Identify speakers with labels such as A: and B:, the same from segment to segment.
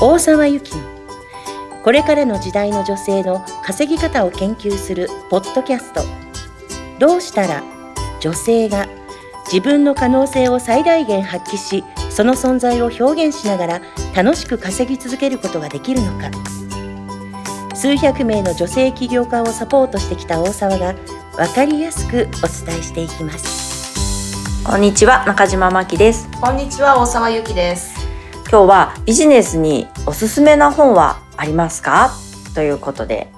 A: 大沢由紀のこれからの時代の女性の稼ぎ方を研究するポッドキャストどうしたら女性が自分の可能性を最大限発揮しその存在を表現しながら楽しく稼ぎ続けることができるのか数百名の女性起業家をサポートしてきた大沢が分かりやすくお伝えしていきます
B: こんにちは中島真希です
C: こんにちは大沢由紀です
B: 今日はビジネスにおすすめな本はありますかということで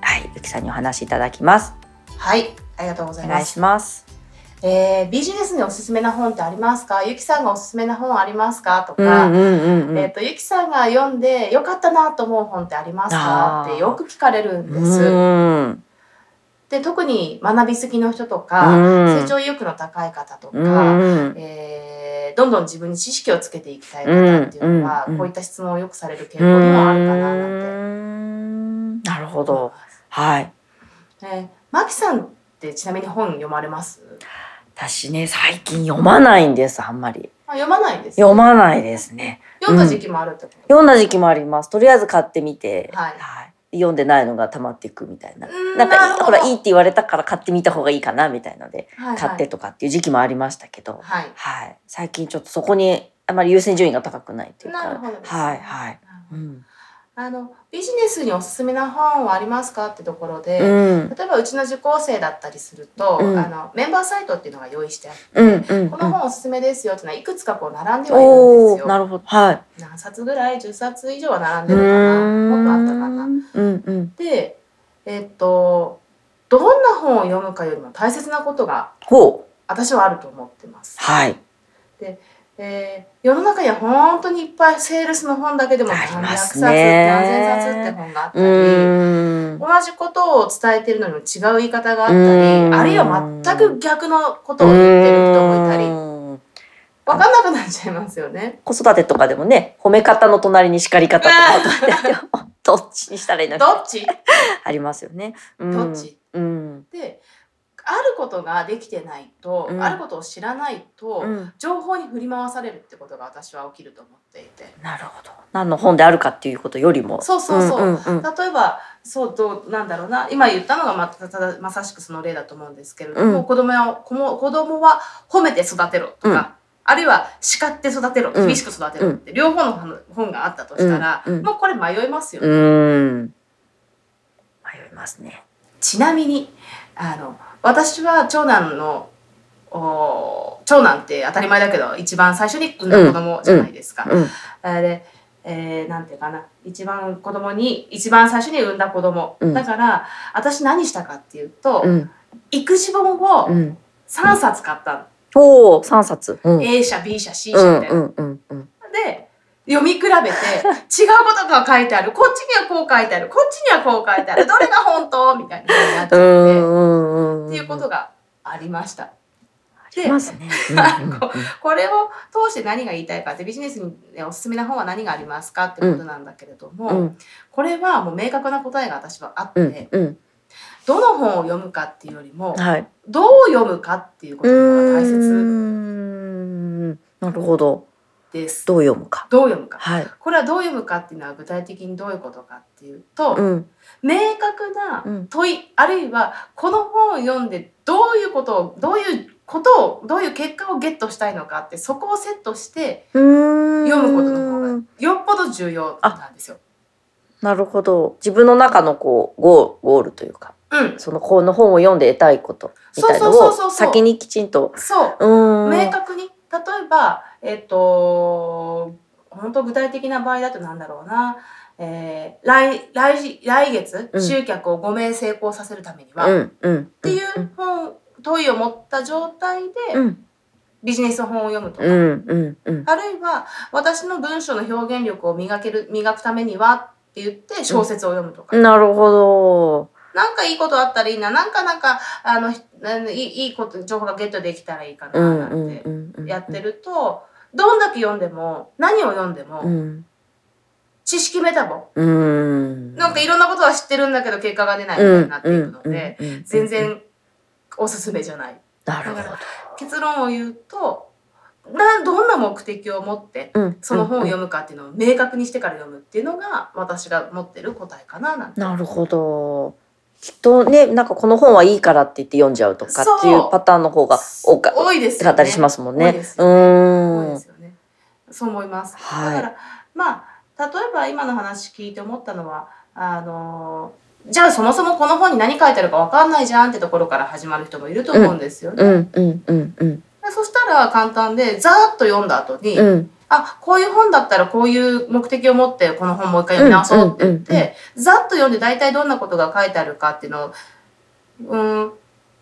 B: はい由紀さんにお話しいただきます
C: はいありがとうござ
B: お
C: い
B: 願
C: ま
B: い
C: す
B: します
C: えービジネスにおすすめな本ってありますかゆきさんがおすすめな本ありますかと
B: うん
C: か、
B: うんうんうん
C: えっ、とゆきさんが読んで良かったなと思う本ってありますか
B: あー
C: ってよく聞かれるんです、
B: うん
C: で特に学び好きの人と
B: う
C: か、
B: ん
C: 成長意欲の高い方とか、
B: うん
C: えーどんどん自分に知識をつけていきたい方っていうのは、
B: うんうん
C: こういった質問をよくされる傾向にもあるかな
B: う
C: なんて
B: んなるほ
C: 思い
B: どはい
C: ます。えー、マキさんってちなみに本読まれます？
B: 私ね最近読まないんですあんまり
C: あ読まないです。
B: 読まないですね
C: 読んだ時期もあるってこと。
B: 読んだ時期もありますとりあえず買ってみて、
C: はい
B: 読んでないのが溜まっていくみたいな
C: うん
B: なんか
C: なるほど
B: ほらいいって言われたから買ってみた方がいいかなみたいので
C: はいはい
B: 買ってとかっていう時期もありましたけど、
C: はい。
B: はい、最近ちょっとそこにあまり優先順位が高くないっていうか
C: なるほどですね
B: はいはい、うん
C: あのビジネスにおすすめな本はありますかってところで、
B: うん
C: 例えばうちの受講生だったりすると、
B: うん
C: あのメンバーサイトっていうのが用意してあって、
B: うんうん
C: この本おすすめですよっていうのはいくつかこう並んではいるん
B: お
C: です
B: ーな
C: よ。
B: るほどはい
C: 何冊ぐらい10冊以上は並ん
B: う
C: でるかなもっとあったか
B: ん
C: な。
B: うんうん
C: でえっとどんな本を読むかよりも大切なことが
B: ほう
C: 私はあると思ってます。
B: はい
C: えー世の中には本当にいっぱいセールスの本だけでも
B: あ
C: 何
B: り
C: 百
B: ます
C: 冊
B: ね
C: 何千冊って本があった
B: う
C: り、
B: ん
C: 同じことを伝えてるのにも違う言い方があった
B: う
C: り
B: ん
C: あるいは全く逆のことを言ってる人もいたり分
B: うん
C: かんなくなっちゃいますよね。
B: 子育てとかでもね褒め方の隣に叱り方とかどっちにしたらいいの
C: ど
B: か
C: っち
B: ありますよね。うん
C: どっち
B: うん
C: であることができてないと、
B: うん
C: あることを知らないと、
B: うん
C: 情報に振り回されるってことが私は起きると思っていて。
B: なるほど何の本であるかっていうことよりも
C: そうそうそう
B: うんうんうん
C: 例えばそうどうなんだろうな今言ったのがまたただまさしくその例だと思うんですけれども、
B: うん
C: 子供を子も子供は褒めて育てろとか、
B: うん
C: あるいは叱って育てろ
B: うん
C: 厳しく育てろって両方の本本があったとしたら、
B: うんうん
C: もうこれ迷いますよ、
B: うーん迷いますね。
C: ちなみにあの私は長男のお長男って当たり前だけど一番最初に産んだ子供じゃないですか。
B: うん
C: あれ、えー、なんていうかな一番子供に一番最初に産んだ子供、
B: うん
C: だから私何したかっていうと、
B: うん
C: 育児本を
B: うん
C: 3冊買ったの、
B: おお三冊。うん
C: A 社 B 社 C
B: う
C: 社
B: ん
C: みたいな。
B: うんうんうん
C: で読み比べて違うことが書いてあるこっちにはこう書いてあるこっちにはこう書いてあるどれが本当みたいなになっちゃ
B: うん
C: って、
B: うんうん
C: っていうことがありました。
B: ありますね。うんうんうん
C: これを通して何が言いたいかってビジネスにおすすめな本は何がありますかってことなんだけれども、
B: うん
C: これはもう明確な答えが私はあって、
B: うんうん
C: どの本を読むかっていうよりも
B: はい。
C: どう読むかっていうことの方が大
B: う
C: 切
B: ーんなるほど
C: です。
B: どう読むか。
C: どう読むか
B: はい。
C: これはどう読むかっていうのは具体的にどういうことかっていうと、
B: うん
C: 明確な
B: うん
C: 問い、あるいはこの本を読んでどういうことをどういうことをどういう結果をゲットしたいのかってそこをセットして
B: うーん
C: 読むことの方がよっぽど重要なんですよ。
B: なるほど自分の中のこうゴーゴールというか
C: うん、
B: そのこの本を読んで得たいことみたいの
C: そうそうそうそ
B: を
C: うそう
B: 先にきちんと
C: そう
B: うーん
C: 明確に例えばえっ、と本当具体的な場合だとなんだろうな、えー来来来月
B: うん
C: 集客を5名成功させるためには、
B: う
C: っ
B: んうん
C: ていう本、問いを持った状態で
B: うん
C: ビジネス本を読むとか、
B: うんうんうん
C: あるいは私の文章の表現力を磨ける磨くためにはって言って小説を読むとか、
B: うんなるほど
C: なんかいいことあったらいいななんかなんかあのひあのいいいいこと情報がゲットできたらいいかな
B: うん
C: なんて。
B: うんうんうん
C: やってると、どんだけ読んでも何を読んでも、
B: うん
C: 知識メタボ
B: うん
C: なんかいろんなことは知ってるんだけど結果が出ないみたいになっていくので、
B: うんうんうんうん
C: 全然おすすめじゃない。
B: なるほど
C: 結論を言うとなどんな目的を持って
B: うん
C: その本を
B: うん
C: 読むかっていうのを明確にしてから読むっていうのが私が持ってる答えかななんて
B: なるほどきっとねなんかこの本はいいからって言って読んじゃうとかっていう
C: そう
B: パターンの方が多か
C: 多いです
B: か
C: よ
B: った
C: ね。
B: りしますもん
C: 多
B: ね
C: いです
B: う
C: よね多い
B: ー
C: で
B: ん
C: すよね。そう思います。
B: はい
C: だからまあ例えば今の話聞いて思ったのはあのじゃあそもそもこの本に何書いてあるかわかんないじゃんってところから始まる人もいると思うんですよね。
B: うんうんうんうん
C: でそしたら簡単でざーっと読んだ後に、
B: うん
C: あこういう本だったらこういう目的を持ってこの本もう一回読み直そうって言って、
B: うんうん
C: ざっと読んで大体どんなことが書いてあるかっていうのを、うん、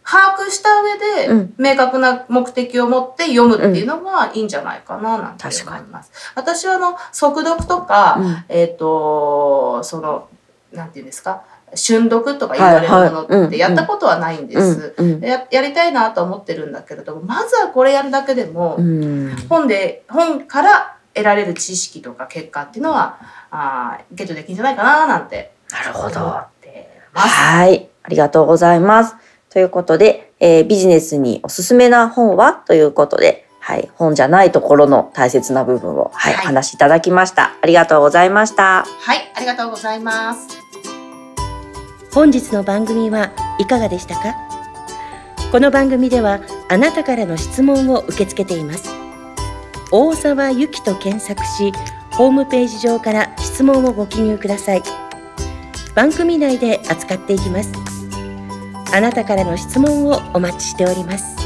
C: 把握した上で、
B: うん
C: 明確な目的を持って読むっていうのがいいんじゃないかななんて思います。私はあの速読とか、
B: うん
C: えっ、とそのなんていうんですか瞬読とか言われる
B: はいはい
C: ものっ
B: うん
C: てやったことはないんです。
B: うん
C: ややりたいなとは思ってるんだけれどもまずはこれやるだけでも、
B: うん
C: 本で本から得られる知識とか結果っていうのはあーゲットできるんじゃないかななんて
B: なる
C: 思
B: ほど
C: ってます。
B: はい。ありがとうございます。ということで、えービジネスにおすすめな本はということで、はい。本じゃないところの大切な部分を、はい。
C: はい
B: お話しいただきました。ありがとうございました。
C: はい、ありがとうございます。
A: 本日の番組はいかがでしたかこの番組ではあなたからの質問を受け付けています大沢由紀と検索しホームページ上から質問をご記入ください番組内で扱っていきますあなたからの質問をお待ちしております